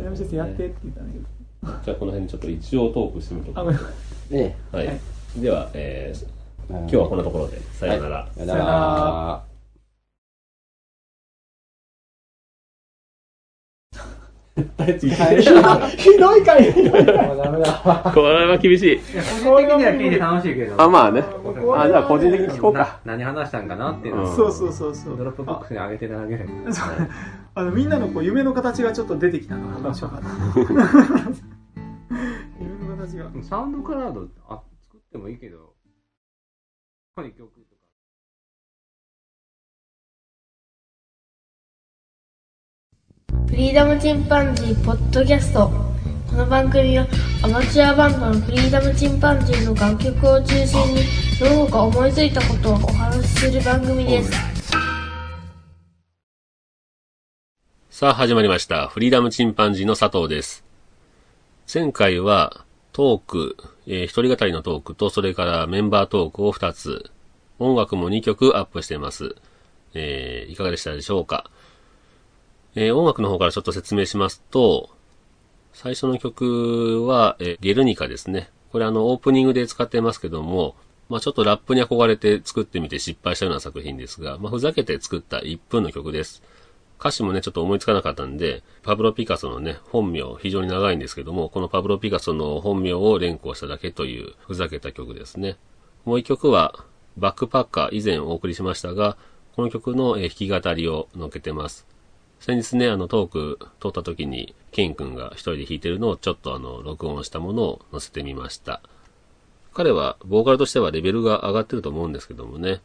S3: 南
S1: るほどね
S3: 先生やってって言ったんだけど。
S1: じゃあこの辺にちょっと一応トークしてみると
S3: あ、
S1: こ
S3: ごめん。
S2: え
S1: は。
S3: はい
S1: では、えー、
S2: え。今
S1: 今日はこんなところで、さようなら。
S2: さよ
S3: さ
S2: な
S3: よな
S2: ら
S3: ら。ひどいかい、ひどいかい。
S2: もうダメだ。
S1: [laughs] これは厳しい。
S4: 個人的には聞いて楽しいけど、
S1: まあね。
S3: あじゃあ個人
S2: [laughs]
S3: 的に
S1: 聞こう
S4: な何話したんかなっていうのを、
S1: ん
S3: そうそうそうそ
S4: ドロ
S3: う
S4: ッ。プボックスに上げてあげる。
S3: そうあのみんなのこう夢の形がちょっと出てきたのが面
S2: [laughs]
S3: 白かった。夢の形が。
S4: サウンドクラウドあ作ってもいいけど、他に曲とか。
S5: フリーダムチンパンジーポッドキャストこの番組はアマチュアバンドのフリーダムチンパンジーの楽曲を中心にその他思いついたことをお話しする番組です
S1: さあ始まりました。フリーダムチンパンジーの佐藤です。前回はトーク、えー一人語りのトークと、それからメンバートークを2つ、音楽も2曲アップしています。えーいかがでしたでしょうか、えー音楽の方からちょっと説明しますと、最初の曲は、えーゲルニカですね。これあの、オープニングで使ってますけども、まあちょっとラップに憧れて作ってみて失敗したような作品ですが、まあふざけて作った1分の曲です。歌詞もね、ちょっと思いつかなかったんで、パブロ・ピカソのね、本名、非常に長いんですけども、このパブロ・ピカソの本名を連行しただけという、ふざけた曲ですね。もう一曲は、バックパッカー、以前お送りしましたが、この曲のえー弾き語りを乗っけてます。先日ね、あのトーク通った時に、ケン君が一人で弾いてるのをちょっとあの、録音したものを載せてみました。彼は、ボーカルとしてはレベルが上がってると思うんですけどもね。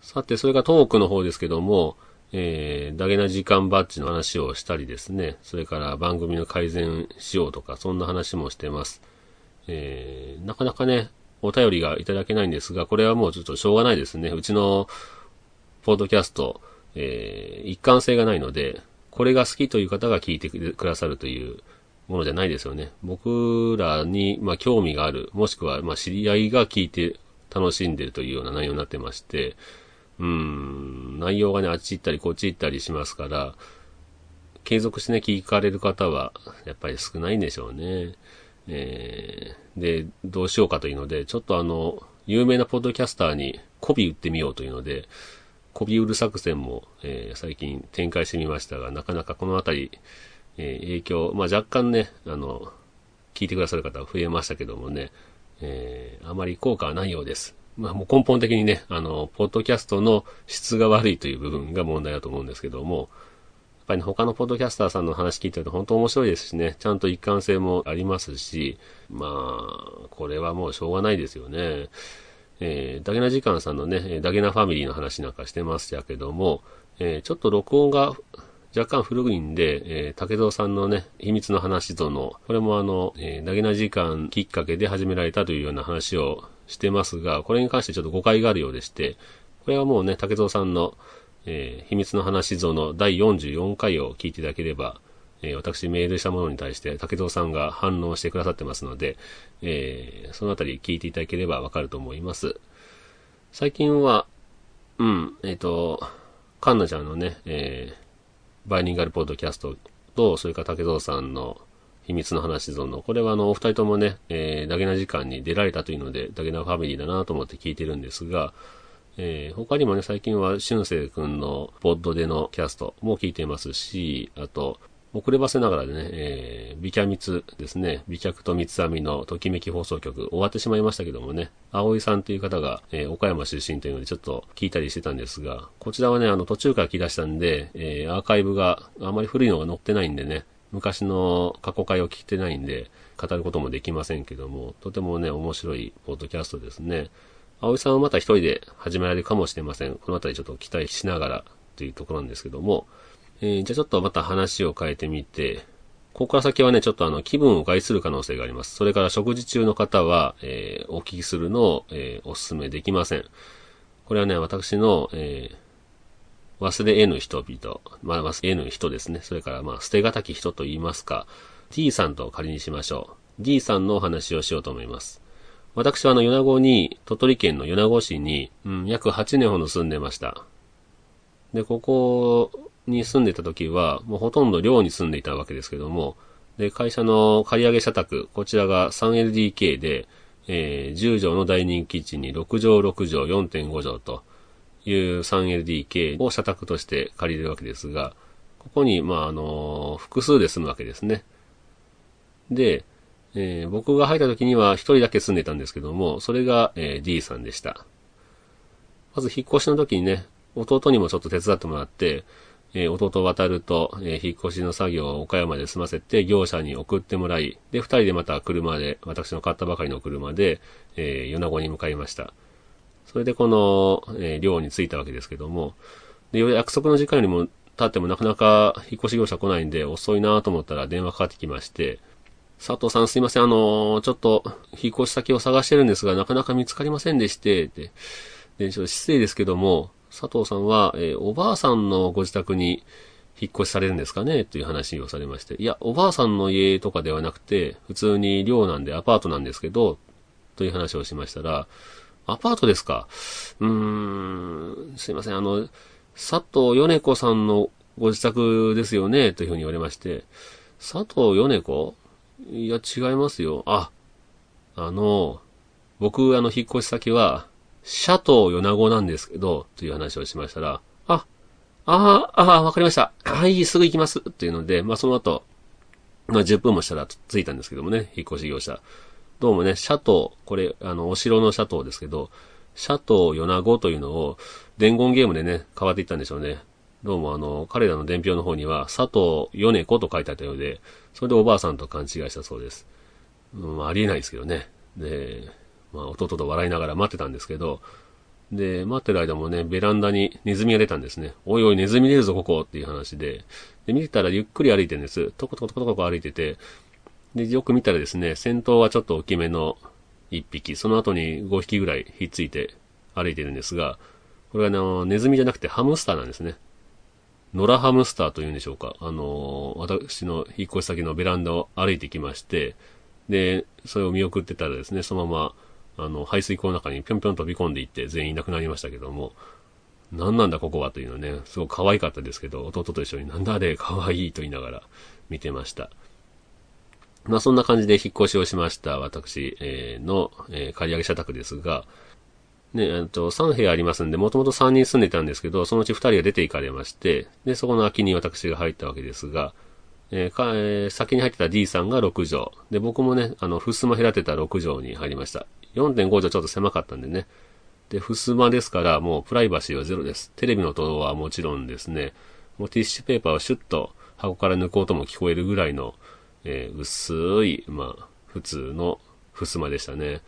S1: さて、それがトークの方ですけども、えー、ダゲな時間バッジの話をしたりですね、それから番組の改善しようとか、そんな話もしてます。えー、なかなかね、お便りがいただけないんですが、これはもうちょっとしょうがないですね。うちの、ポッドキャスト、えー、一貫性がないので、これが好きという方が聞いてくださるというものじゃないですよね。僕らに、まあ、興味がある、もしくは、まあ、知り合いが聞いて楽しんでいるというような内容になってまして、うん、内容がね、あっち行ったりこっち行ったりしますから、継続してね、聞かれる方は、やっぱり少ないんでしょうね。えーで、どうしようかというので、ちょっとあの、有名なポッドキャスターに媚び売ってみようというので、媚び売る作戦も、えー最近展開してみましたが、なかなかこのあたり、えー影響、まあ若干ね、あの、聞いてくださる方は増えましたけどもね、えーあまり効果はないようです。まあもう根本的にね、あの、ポッドキャストの質が悪いという部分が問題だと思うんですけども、やっぱりね、他のポッドキャスターさんの話聞いてると本当面白いですしね、ちゃんと一貫性もありますし、まあ、これはもうしょうがないですよね。えー、ダゲナ時間さんのね、えーダゲナファミリーの話なんかしてましたけども、えーちょっと録音が若干古いんで、えー竹蔵さんのね、秘密の話との、これもあの、えーダゲナ時間きっかけで始められたというような話をしてますが、これに関してちょっと誤解があるようでして、これはもうね、竹蔵さんの、えー秘密の話像の第44回を聞いていただければ、えー私メールしたものに対して竹蔵さんが反応してくださってますので、えーそのあたり聞いていただければわかると思います。最近は、うん、えっ、と、カンナちゃんのね、えーバイリンガルポッドキャストと、それから竹蔵さんの秘密の話像の、これはあの、お二人ともね、えーダゲな時間に出られたというので、ダゲなファミリーだなと思って聞いてるんですが、えー他にもね、最近は、俊生くんのポッドでのキャストも聞いていますし、あと、遅ればせながらでね、えー美脚蜜ですね、美脚と三つ編みのときめき放送局、終わってしまいましたけどもね、葵さんという方が、えー岡山出身というのでちょっと聞いたりしてたんですが、こちらはね、あの途中から聞き出したんで、えーアーカイブがあまり古いのが載ってないんでね、昔の過去回を聞いてないんで、語ることもできませんけども、とてもね、面白いポッドキャストですね。葵さんはまた一人で始められるかもしれません。このあたりちょっと期待しながらというところなんですけども、えーじゃあちょっとまた話を変えてみて、ここから先はね、ちょっとあの、気分を害する可能性があります。それから食事中の方は、えーお聞きするのを、えーお勧めできません。これはね、私の、えー忘れ得ぬ人々、まあ、忘れ得ぬ人ですね。それから、まあ、捨てがたき人と言いますか、D さんと仮にしましょう。D さんのお話をしようと思います。私はあの、米子に、鳥取県の米子市に、うん、約8年ほど住んでました。で、ここに住んでた時は、もうほとんど寮に住んでいたわけですけども、で、会社の借り上げ社宅、こちらが 3LDK で、えー10畳のダイニングキッチンに6畳6畳4.5畳という 3LDK を社宅として借りるわけですが、ここに、まあ、あの、複数で住むわけですね。で、えー僕が入った時には一人だけ住んでたんですけども、それが、えー D さんでした。まず引っ越しの時にね、弟にもちょっと手伝ってもらって、えー弟渡ると、えー引っ越しの作業を岡山で済ませて、業者に送ってもらい、で、二人でまた車で、私の買ったばかりの車で、えー米子に向かいました。それでこの、えー寮に着いたわけですけども、で、約束の時間よりも経ってもなかなか引っ越し業者来ないんで、遅いなと思ったら電話かかってきまして、佐藤さんすいません、あのーちょっと、引っ越し先を探してるんですが、なかなか見つかりませんでして、で、でちょっと失礼ですけども、佐藤さんは、えーおばあさんのご自宅に引っ越しされるんですかねという話をされまして、いや、おばあさんの家とかではなくて、普通に寮なんでアパートなんですけど、という話をしましたら、アパートですかうーん、すいません、あの、佐藤米子さんのご自宅ですよねというふうに言われまして、佐藤米子いや、違いますよ。あ、あの、僕、あの、引っ越し先は、シャトー米子なんですけど、という話をしましたら、あ、ああ、ああ、わかりました。はい、すぐ行きます。っていうので、まあ、その後、まあ、10分もしたら着いたんですけどもね、引っ越し業者。どうもね、シャトー、これ、あの、お城のシャトーですけど、シャトー米子というのを、伝言ゲームでね、変わっていったんでしょうね。どうもあの、彼らの伝票の方には、佐藤米子と書いてあったようで、それでおばあさんと勘違いしたそうです。うん、ありえないですけどね。で、まあ、弟と笑いながら待ってたんですけど、で、待ってる間もね、ベランダにネズミが出たんですね。おいおい、ネズミ出るぞ、ここっていう話で。で、見てたらゆっくり歩いてるんです。トコトコトコトコ歩いてて、で、よく見たらですね、先頭はちょっと大きめの1匹、その後に5匹ぐらいひっついて歩いてるんですが、これはあの、ネズミじゃなくてハムスターなんですね。野良ハムスターというんでしょうか。あのー私の引っ越し先のベランダを歩いてきまして、で、それを見送ってたらですね、そのまま、あの、排水溝の中にぴょんぴょん飛び込んでいって全員いなくなりましたけども、何なんだここはというのね、すごく可愛かったですけど、弟と一緒になんだあれ可愛いと言いながら見てました。まあそんな感じで引っ越しをしました、私、えーの、えー借り上げ社宅ですが、ね、えっと、3部屋ありますんで、もともと3人住んでたんですけど、そのうち2人が出て行かれまして、で、そこの空きに私が入ったわけですが、えーかえー先に入ってた D さんが6畳。で、僕もね、あの、襖隔てた6畳に入りました。4.5畳ちょっと狭かったんでね。で、襖ですから、もうプライバシーはゼロです。テレビの音はもちろんですね、もうティッシュペーパーをシュッと箱から抜こうとも聞こえるぐらいの、えー薄い、まあ、普通の襖でしたね。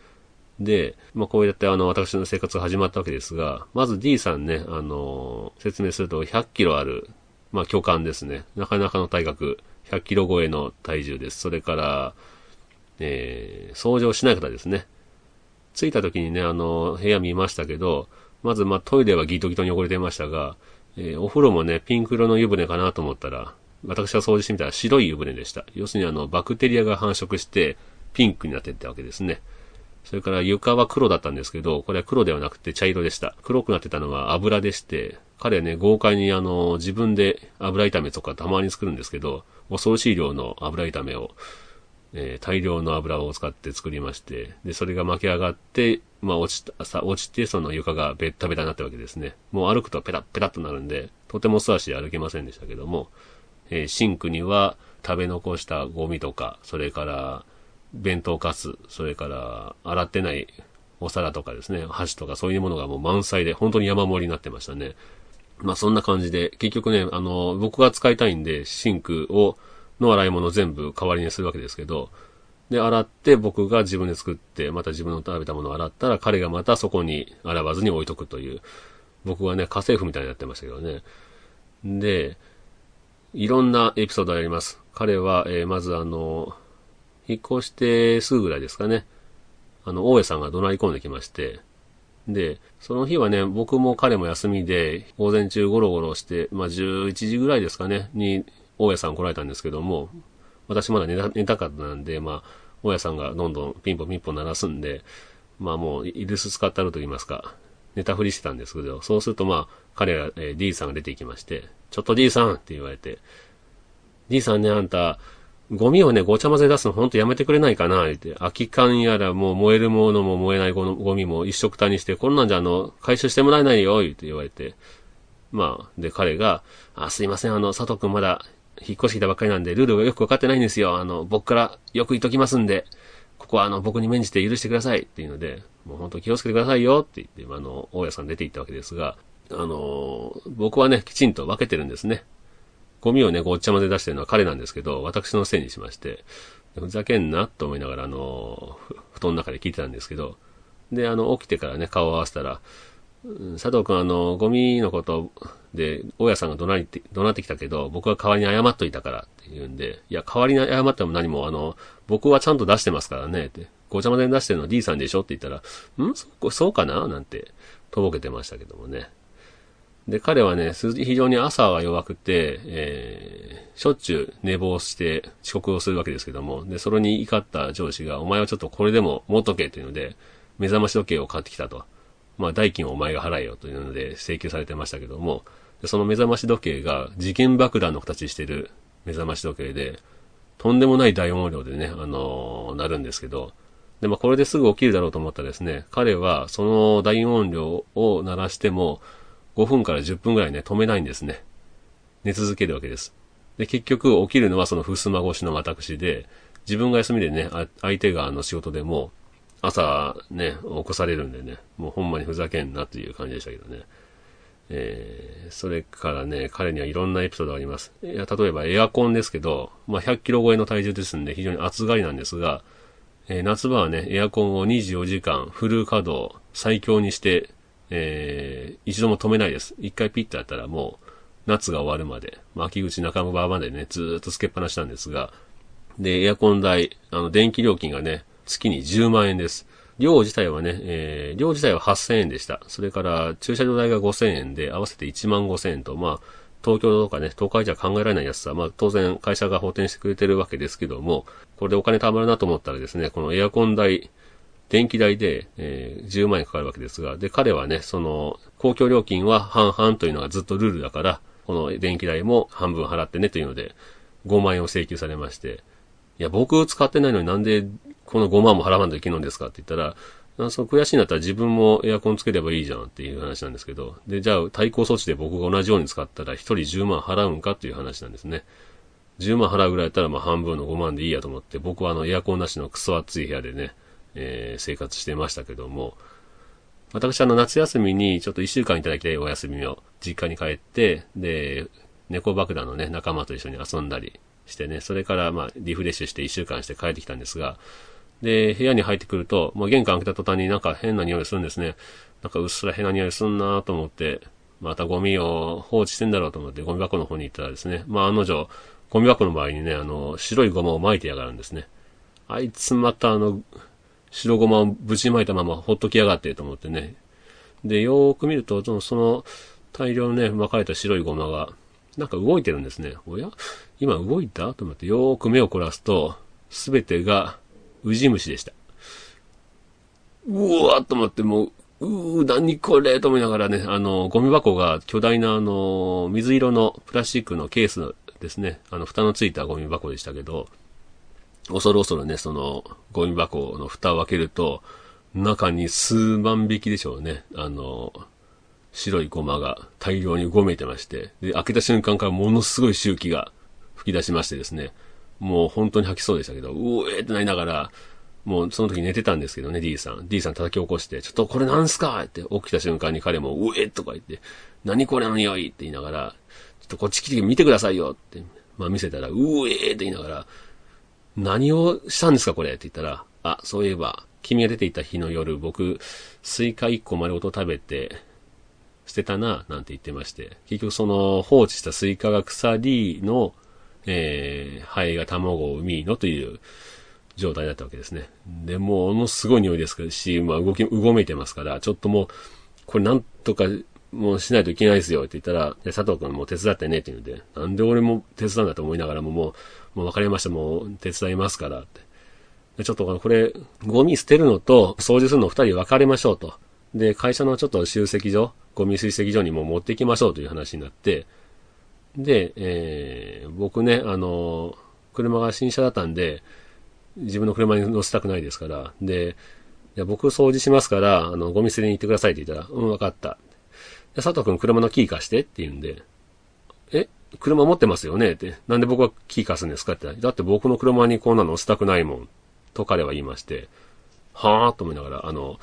S1: で、まあ、こうやってあの、私の生活が始まったわけですが、まず D さんね、あのー説明すると100キロある、まあ、巨漢ですね。なかなかの体格、100キロ超えの体重です。それから、えー、掃除をしない方ですね。着いた時にね、あの、部屋見ましたけど、まず、まあ、トイレはギトギトに汚れてましたが、えーお風呂もね、ピンク色の湯船かなと思ったら、私が掃除してみたら白い湯船でした。要するに、あの、バクテリアが繁殖して、ピンクになってったわけですね。それから床は黒だったんですけど、これは黒ではなくて茶色でした。黒くなってたのは油でして、彼はね、豪快にあの、自分で油炒めとかたまに作るんですけど、恐ろしい量の油炒めを、えー大量の油を使って作りまして、で、それが巻き上がって、まあ落ちた、さ落ちてその床がベッタベタになったわけですね。もう歩くとペラッペラッとなるんで、とても素足で歩けませんでしたけども、えーシンクには食べ残したゴミとか、それから弁当カス、それから洗ってないお皿とかですね、箸とかそういうものがもう満載で、本当に山盛りになってましたね。まあそんな感じで、結局ね、あの、僕が使いたいんで、シンクを、の洗い物全部代わりにするわけですけど、で、洗って僕が自分で作って、また自分の食べたものを洗ったら、彼がまたそこに洗わずに置いとくという、僕はね、家政婦みたいになってましたけどね。で、いろんなエピソードがあります。彼は、えーまずあの、引っ越してすぐぐらいですかね。あの、大江さんが怒鳴り込んできまして、で、その日はね、僕も彼も休みで、午前中ゴロゴロして、まあ、11時ぐらいですかね、に、大家さん来られたんですけども、私まだ寝た寝たかったんで、まあ、大家さんがどんどんピンポンピンポン鳴らすんで、まあもう、イルス使ったると言いますか、寝たふりしてたんですけど、そうするとまあ、彼ら、えー D さんが出てきまして、ちょっと D さんって言われて、D さんね、あんた、ゴミをね、ごちゃ混ぜに出すのほんとやめてくれないかな、言って。空き缶やら、もう燃えるものも燃えないゴのゴミも一色単にして、こんなんじゃあの、回収してもらえないよ、言って言われて。まあ、で、彼が、あ、すいません、あの、佐藤くんまだ、引っ越してきたばっかりなんで、ルールがよくわかってないんですよ。あの、僕からよく言っときますんで、ここはあの、僕に免じて許してくださいっていうので、もう本当気をつけてくださいよって言って、あの、大家さん出て行ったわけですが、あの、僕はね、きちんと分けてるんですね。ゴミをね、ごっちゃまで出してるのは彼なんですけど、私のせいにしまして、ふざけんなと思いながら、あの、ふ布団の中で聞いてたんですけど、で、あの、起きてからね、顔を合わせたら、うん佐藤くん、あの、ゴミのことで、大家さんが怒鳴りて、怒鳴ってきたけど、僕は代わりに謝っといたからって言うんで、いや、代わりに謝っても何も、あの、僕はちゃんと出してますからね、って。ごちゃ混ぜに出してるの D さんでしょって言ったら、んそそうかななんて、とぼけてましたけどもね。で、彼はね、す非常に朝は弱くて、えー、しょっちゅう寝坊して遅刻をするわけですけども、で、それに怒った上司が、お前はちょっとこれでも持っとけというので、目覚まし時計を買ってきたと。まあ、代金をお前が払えよというので請求されてましたけども、でその目覚まし時計が事件爆弾の形してる目覚まし時計で、とんでもない大音量でね、あのーなるんですけど、で、まあ、これですぐ起きるだろうと思ったらですね、彼はその大音量を鳴らしても、5分から10分ぐらいね、止めないんですね。寝続けるわけです。で、結局起きるのはその襖越しの私で、自分が休みでね、あ相手があの仕事でも、朝ね、起こされるんでね、もうほんまにふざけんなという感じでしたけどね。えー、それからね、彼にはいろんなエピソードがあります。いや例えばエアコンですけど、まあ、100キロ超えの体重ですんで非常に暑がりなんですが、えー夏場はね、エアコンを24時間フル稼働、最強にして、えー一度も止めないです。一回ピッとやったらもう、夏が終わるまで、まあ、秋口中村までね、ずーっとつけっぱなしなんですが、で、エアコン代、あの、電気料金がね、月に10万円です。量自体はね、えー量自体は8000円でした。それから、駐車場代が5000円で、合わせて1万5000円と、まあ、東京とかね、東海じゃ考えられないやつさ、まあ、当然会社が補填してくれてるわけですけども、これでお金貯まるなと思ったらですね、このエアコン代、電気代で、えー10万円かかるわけですが、で、彼はね、その、公共料金は半々というのがずっとルールだから、この電気代も半分払ってねというので、5万円を請求されまして、いや、僕使ってないのになんでこの5万も払わんといけないんですかって言ったら、あその悔しいんだったら自分もエアコンつければいいじゃんっていう話なんですけど、で、じゃあ対抗措置で僕が同じように使ったら1人10万払うんかっていう話なんですね。10万払うぐらいだったらまあ半分の5万でいいやと思って、僕はあのエアコンなしのクソ暑い部屋でね、えー生活してましたけども、私あの夏休みにちょっと1週間いただきたいお休みを実家に帰って、で、猫爆弾のね、仲間と一緒に遊んだりしてね、それからまあリフレッシュして1週間して帰ってきたんですが、で、部屋に入ってくると、まあ、玄関開けた途端になんか変な匂いするんですね。なんかうっすら変な匂いすんなと思って、またゴミを放置してんだろうと思ってゴミ箱の方に行ったらですね、まあ案の定、ゴミ箱の周りにね、あの、白いゴマを撒いてやがるんですね。あいつまたあの、白ゴマをぶちまいたままほっときやがってと思ってね。で、よーく見ると、そのその大量のね、巻かれた白いゴマが、なんか動いてるんですね。おや今動いたと思って、よーく目を凝らすと、すべてが、ウジ虫でした。うわーと思って、もう、うー、何これと思いながらね、あの、ゴミ箱が巨大な、あの、水色のプラスチックのケースですね。あの、蓋のついたゴミ箱でしたけど、恐る恐るね、その、ゴミ箱の蓋を開けると、中に数万匹でしょうね。あの、白いゴマが大量にうごめいてまして、で、開けた瞬間からものすごい周期が吹き出しましてですね、もう本当に吐きそうでしたけど、うおえーってなりながら、もうその時寝てたんですけどね、D さん。D さん叩き起こして、ちょっとこれなんすかって起きた瞬間に彼も、うえーとか言って、何これの匂いって言いながら、ちょっとこっち来て見てくださいよって、まあ見せたら、うえーって言いながら、何をしたんですかこれって言ったら、あ、そういえば、君が出ていた日の夜、僕、スイカ1個丸ごと食べて、捨てたな、なんて言ってまして、結局その放置したスイカが腐りの、えー、ハエが卵を産みのという状態だったわけですね。で、もう、ものすごい匂いですし、まあ動き、うごめいてますから、ちょっともう、これなんとか、もうしないといけないですよって言ったら、で佐藤君もう手伝ってねって言うんで、なんで俺も手伝うんだと思いながらも、もう、もう分かりました、もう手伝いますからって。でちょっとこれ、ゴミ捨てるのと掃除するの二人で分かれましょうと。で、会社のちょっと集積所、ゴミ集積所にもう持ってきましょうという話になって、で、えー僕ね、あの、車が新車だったんで、自分の車に乗せたくないですから、で、いや僕掃除しますから、あの、ゴミ捨てに行ってくださいって言ったら、うん、わかった。で佐藤くん車のキー貸してって言うんで、え、車持ってますよねって、なんで僕はキー貸すんですかって言ったらだって僕の車にこんなの乗せたくないもん、と彼は言いまして、はぁと思いながら、あの、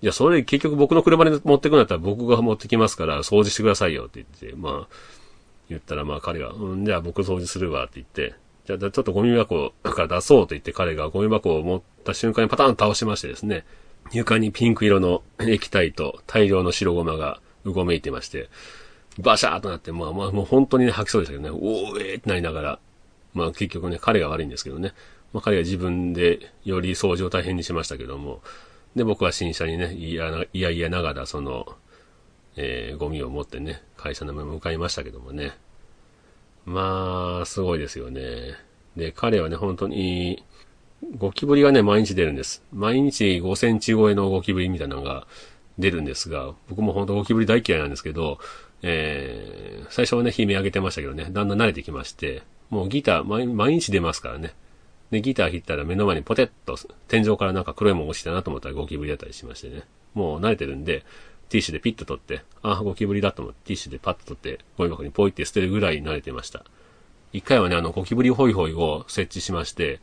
S1: いや、それ結局僕の車に持ってくんだったら僕が持ってきますから、掃除してくださいよって言って、まあ、言ったら、まあ彼が、うん、じゃあ僕掃除するわって言って、じゃあちょっとゴミ箱から出そうと言って彼がゴミ箱を持った瞬間にパターン倒しましてですね、床にピンク色の液体と大量の白ゴマがうごめいてまして、バシャーとなって、まあまあもう本当にね吐きそうでしたけどね、おーえーってなりながら、まあ結局ね、彼が悪いんですけどね、まあ彼が自分でより掃除を大変にしましたけども、で僕は新車にね、いやないやいやながらその、えーゴミを持ってね、会社の前に向かいましたけどもね。まあ、すごいですよね。で、彼はね、本当に、ゴキブリがね、毎日出るんです。毎日5センチ超えのゴキブリみたいなのが出るんですが、僕も本当ゴキブリ大嫌いなんですけど、えー、最初はね、悲鳴上げてましたけどね、だんだん慣れてきまして、もうギター毎、毎日出ますからね。で、ギター弾いたら目の前にポテッと、天井からなんか黒いもん落ちたなと思ったらゴキブリだったりしましてね。もう慣れてるんで、ティッシュでピッと取って、あ、ゴキブリだと思ってティッシュでパッと取って、ゴミ箱にポイって捨てるぐらい慣れてました。一回はね、あの、ゴキブリホイホイを設置しまして、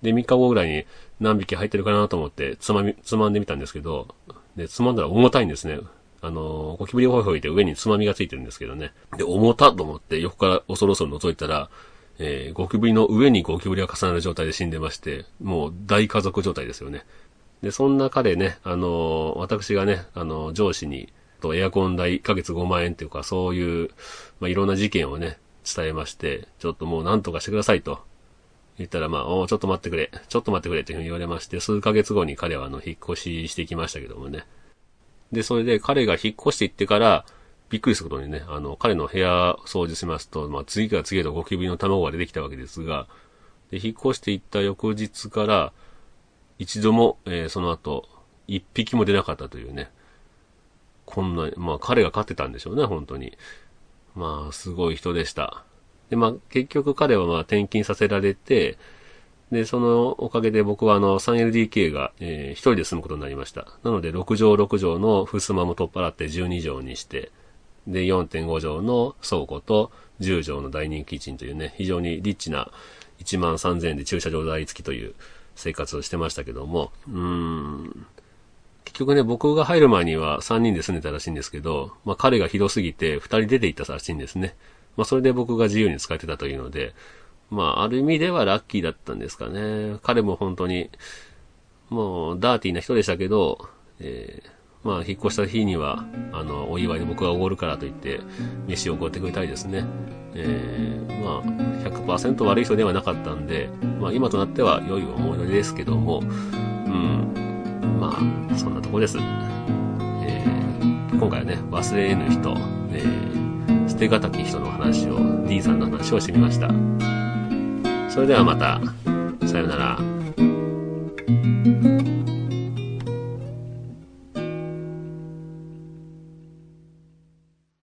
S1: で、3日後ぐらいに何匹入ってるかなと思って、つまみ、つまんでみたんですけど、で、つまんだら重たいんですね。あの、ゴキブリホイホイって上につまみがついてるんですけどね。で、重たと思って横から恐ろ恐ろ覗いたら、えーゴキブリの上にゴキブリが重なる状態で死んでまして、もう大家族状態ですよね。で、そんな彼ね、あの、私がね、あの、上司に、とエアコン代1ヶ月5万円っていうか、そういう、まあ、いろんな事件をね、伝えまして、ちょっともう何とかしてくださいと。言ったら、まあ、おうちょっと待ってくれ、ちょっと待ってくれっていうふうに言われまして、数ヶ月後に彼はあの、引っ越ししてきましたけどもね。で、それで彼が引っ越していってから、びっくりすることにね、あの、彼の部屋掃除しますと、まあ、次から次へとゴキブリの卵が出てきたわけですが、で、引っ越していった翌日から、一度も、えーその後、一匹も出なかったというね。こんな、まあ彼が勝ってたんでしょうね、本当に。まあ、すごい人でした。で、まあ結局彼はまあ転勤させられて、で、そのおかげで僕はあの 3LDK が、えー一人で住むことになりました。なので6畳6畳の襖も取っ払って12畳にして、で、4.5畳の倉庫と10畳のダイニングキッチンというね、非常にリッチな1万3000円で駐車場代付きという生活をしてましたけども、うーん。結局ね、僕が入る前には3人で住んでたらしいんですけど、まあ彼が広すぎて2人出て行ったらしいんですね。まあそれで僕が自由に使えてたというので、まあある意味ではラッキーだったんですかね。彼も本当に、もうダーティーな人でしたけど、えーまあ引っ越した日には、あの、お祝いで僕がおごるからと言って、飯をおごってくれたりですね。えーまあ100%悪い人ではなかったんで、まあ今となっては良い思い出ですけども、うん、まあそんなとこです。えー今回はね、忘れ得ぬ人、えー捨てがたき人の話を、D さんの話をしてみました。それではまた、さようなら。
S6: 「